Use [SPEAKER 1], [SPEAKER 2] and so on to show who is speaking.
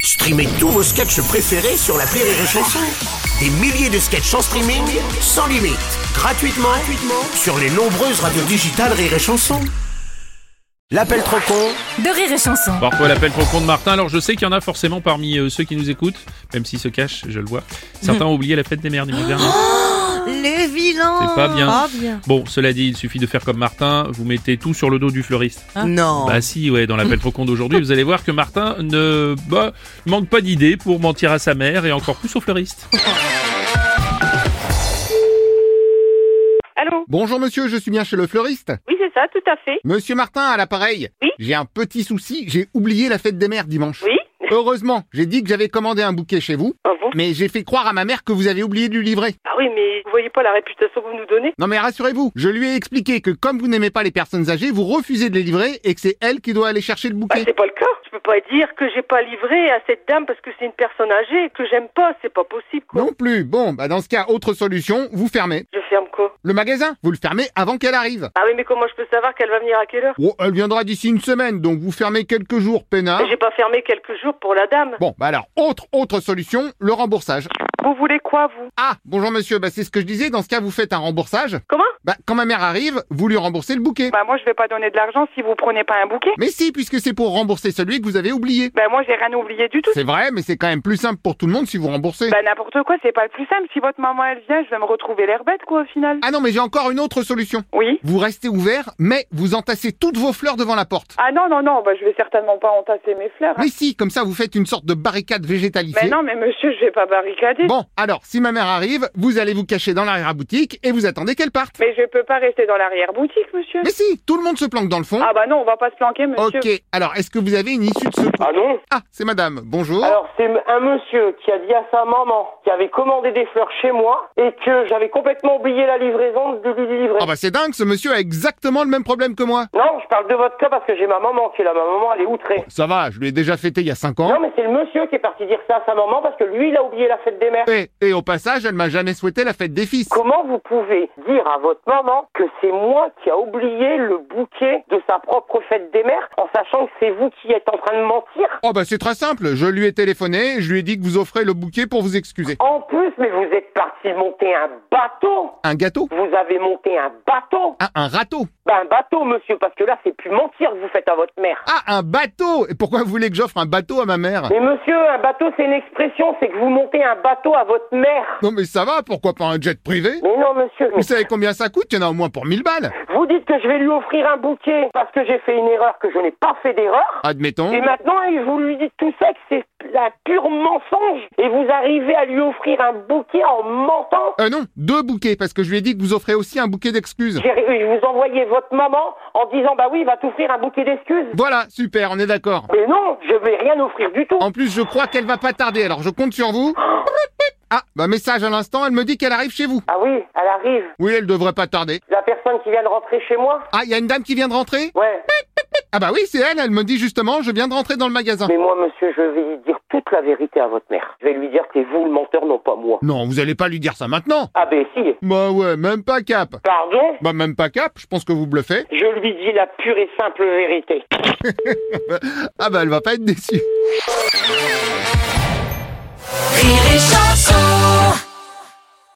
[SPEAKER 1] Streamez tous vos sketchs préférés sur la Rire et Chanson. Des milliers de sketchs en streaming, sans limite, gratuitement, gratuitement sur les nombreuses radios digitales Rire et Chanson. L'appel trop con
[SPEAKER 2] de rire et chanson.
[SPEAKER 3] Parfois l'appel pour le compte Martin. Alors je sais qu'il y en a forcément parmi euh, ceux qui nous écoutent, même s'ils se cachent, je le vois. Certains ont oublié la fête des mères dimanche dernier.
[SPEAKER 4] Le vilain
[SPEAKER 3] C'est pas bien.
[SPEAKER 4] Ah, bien.
[SPEAKER 3] Bon, cela dit, il suffit de faire comme Martin, vous mettez tout sur le dos du fleuriste.
[SPEAKER 4] Non.
[SPEAKER 3] Bah si, ouais, dans l'appel trop con d'aujourd'hui, vous allez voir que Martin ne bah, manque pas d'idées pour mentir à sa mère et encore plus au fleuriste.
[SPEAKER 5] Allô
[SPEAKER 6] Bonjour monsieur, je suis bien chez le fleuriste.
[SPEAKER 5] Oui, c'est ça, tout à fait.
[SPEAKER 6] Monsieur Martin à l'appareil.
[SPEAKER 5] Oui
[SPEAKER 6] J'ai un petit souci, j'ai oublié la fête des mères dimanche.
[SPEAKER 5] Oui
[SPEAKER 6] Heureusement, j'ai dit que j'avais commandé un bouquet chez vous,
[SPEAKER 5] Ah bon
[SPEAKER 6] mais j'ai fait croire à ma mère que vous avez oublié de lui livrer.
[SPEAKER 5] Ah oui, mais vous voyez pas la réputation que vous nous donnez
[SPEAKER 6] Non mais rassurez-vous, je lui ai expliqué que comme vous n'aimez pas les personnes âgées, vous refusez de les livrer et que c'est elle qui doit aller chercher le
[SPEAKER 5] Bah,
[SPEAKER 6] bouquet.
[SPEAKER 5] c'est pas le cas. Je peux pas dire que j'ai pas livré à cette dame parce que c'est une personne âgée que j'aime pas, c'est pas possible, quoi.
[SPEAKER 6] non plus. Bon, bah dans ce cas, autre solution, vous fermez.
[SPEAKER 5] Je ferme quoi
[SPEAKER 6] Le magasin, vous le fermez avant qu'elle arrive.
[SPEAKER 5] Ah oui, mais comment je peux savoir qu'elle va venir à quelle heure
[SPEAKER 6] Oh, elle viendra d'ici une semaine, donc vous fermez quelques jours, peinard.
[SPEAKER 5] Mais J'ai pas fermé quelques jours pour la dame.
[SPEAKER 6] Bon, bah alors, autre, autre solution, le remboursage.
[SPEAKER 5] Vous voulez quoi, vous
[SPEAKER 6] Ah, bonjour monsieur, bah c'est ce que je disais, dans ce cas vous faites un remboursage.
[SPEAKER 5] Comment
[SPEAKER 6] Bah quand ma mère arrive, vous lui remboursez le bouquet.
[SPEAKER 7] Bah moi je vais pas donner de l'argent si vous prenez pas un bouquet.
[SPEAKER 6] Mais si, puisque c'est pour rembourser celui que vous avez oublié.
[SPEAKER 7] Bah moi j'ai rien oublié du tout.
[SPEAKER 6] C'est vrai, mais c'est quand même plus simple pour tout le monde si vous remboursez.
[SPEAKER 7] Bah n'importe quoi, c'est pas le plus simple. Si votre maman elle vient, je vais me retrouver l'air bête quoi au final.
[SPEAKER 6] Ah non, mais j'ai encore une autre solution.
[SPEAKER 7] Oui.
[SPEAKER 6] Vous restez ouvert, mais vous entassez toutes vos fleurs devant la porte.
[SPEAKER 7] Ah non non non, bah je vais certainement pas entasser mes fleurs. hein.
[SPEAKER 6] Mais si, comme ça vous faites une sorte de barricade
[SPEAKER 7] Mais
[SPEAKER 6] végétalisée.
[SPEAKER 7] non mais monsieur, je vais pas barricader.
[SPEAKER 6] Bon, alors, si ma mère arrive, vous allez vous cacher dans l'arrière-boutique et vous attendez qu'elle parte.
[SPEAKER 7] Mais je peux pas rester dans l'arrière boutique monsieur.
[SPEAKER 6] Mais si, tout le monde se planque dans le fond.
[SPEAKER 7] Ah bah non, on va pas se planquer monsieur.
[SPEAKER 6] ok, alors est-ce que vous avez une issue de secours
[SPEAKER 5] Ah non
[SPEAKER 6] Ah, c'est madame, bonjour.
[SPEAKER 5] Alors, c'est un monsieur qui a dit à sa maman qu'il avait commandé des fleurs chez moi et que j'avais complètement oublié la livraison de lui livrer.
[SPEAKER 6] Ah bah c'est dingue, ce monsieur a exactement le même problème que moi.
[SPEAKER 5] Non, je parle de votre cas parce que j'ai ma maman qui est là. Ma maman, elle est outrée.
[SPEAKER 6] Ça va, je lui ai déjà fêté il y a 5 ans.
[SPEAKER 5] Non, mais c'est le monsieur qui est parti dire ça à sa maman parce que lui, il a oublié la fête des mères.
[SPEAKER 6] Et, et au passage, elle m'a jamais souhaité la fête des fils.
[SPEAKER 5] Comment vous pouvez dire à votre maman que c'est moi qui a oublié le bouquet de sa propre fête des mères en sachant que c'est vous qui êtes en train de mentir
[SPEAKER 6] Oh bah c'est très simple, je lui ai téléphoné, je lui ai dit que vous offrez le bouquet pour vous excuser.
[SPEAKER 5] En plus, mais vous êtes parti monter un bateau
[SPEAKER 6] Un gâteau
[SPEAKER 5] Vous avez monté un bateau
[SPEAKER 6] Ah, un râteau
[SPEAKER 5] Ben, un bateau, monsieur, parce que là, c'est plus mentir que vous faites à votre mère.
[SPEAKER 6] Ah, un bateau Et pourquoi vous voulez que j'offre un bateau à ma mère
[SPEAKER 5] Mais monsieur, un bateau, c'est une expression, c'est que vous montez un bateau à votre mère.
[SPEAKER 6] Non mais ça va, pourquoi pas un jet privé
[SPEAKER 5] Mais non, monsieur, mais
[SPEAKER 6] Vous savez combien ça coûte Il y en a au moins pour 1000 balles
[SPEAKER 5] vous dites que je vais lui offrir un bouquet parce que j'ai fait une erreur, que je n'ai pas fait d'erreur.
[SPEAKER 6] Admettons.
[SPEAKER 5] Et maintenant, et vous lui dites tout ça que c'est un pur mensonge. Et vous arrivez à lui offrir un bouquet en mentant.
[SPEAKER 6] Euh non, deux bouquets, parce que je lui ai dit que vous offrez aussi un bouquet d'excuses.
[SPEAKER 5] J'ai- Je vous envoyais votre maman en disant Bah oui, il va t'offrir un bouquet d'excuses.
[SPEAKER 6] Voilà, super, on est d'accord.
[SPEAKER 5] Mais non, je vais rien offrir du tout.
[SPEAKER 6] En plus, je crois qu'elle va pas tarder, alors je compte sur vous. Ah, bah message à l'instant, elle me dit qu'elle arrive chez vous.
[SPEAKER 5] Ah oui, elle arrive.
[SPEAKER 6] Oui, elle devrait pas tarder.
[SPEAKER 5] La personne qui vient de rentrer chez moi.
[SPEAKER 6] Ah, il y a une dame qui vient de rentrer
[SPEAKER 5] Ouais.
[SPEAKER 6] Ah bah oui, c'est elle, elle me dit justement, je viens de rentrer dans le magasin.
[SPEAKER 5] Mais moi, monsieur, je vais lui dire toute la vérité à votre mère. Je vais lui dire que c'est vous le menteur, non pas moi.
[SPEAKER 6] Non, vous allez pas lui dire ça maintenant.
[SPEAKER 5] Ah ben si.
[SPEAKER 6] Bah ouais, même pas cap.
[SPEAKER 5] Pardon
[SPEAKER 6] Bah même pas cap, je pense que vous bluffez.
[SPEAKER 5] Je lui dis la pure et simple vérité.
[SPEAKER 6] Ah bah elle va pas être déçue.
[SPEAKER 2] Rire et chanson.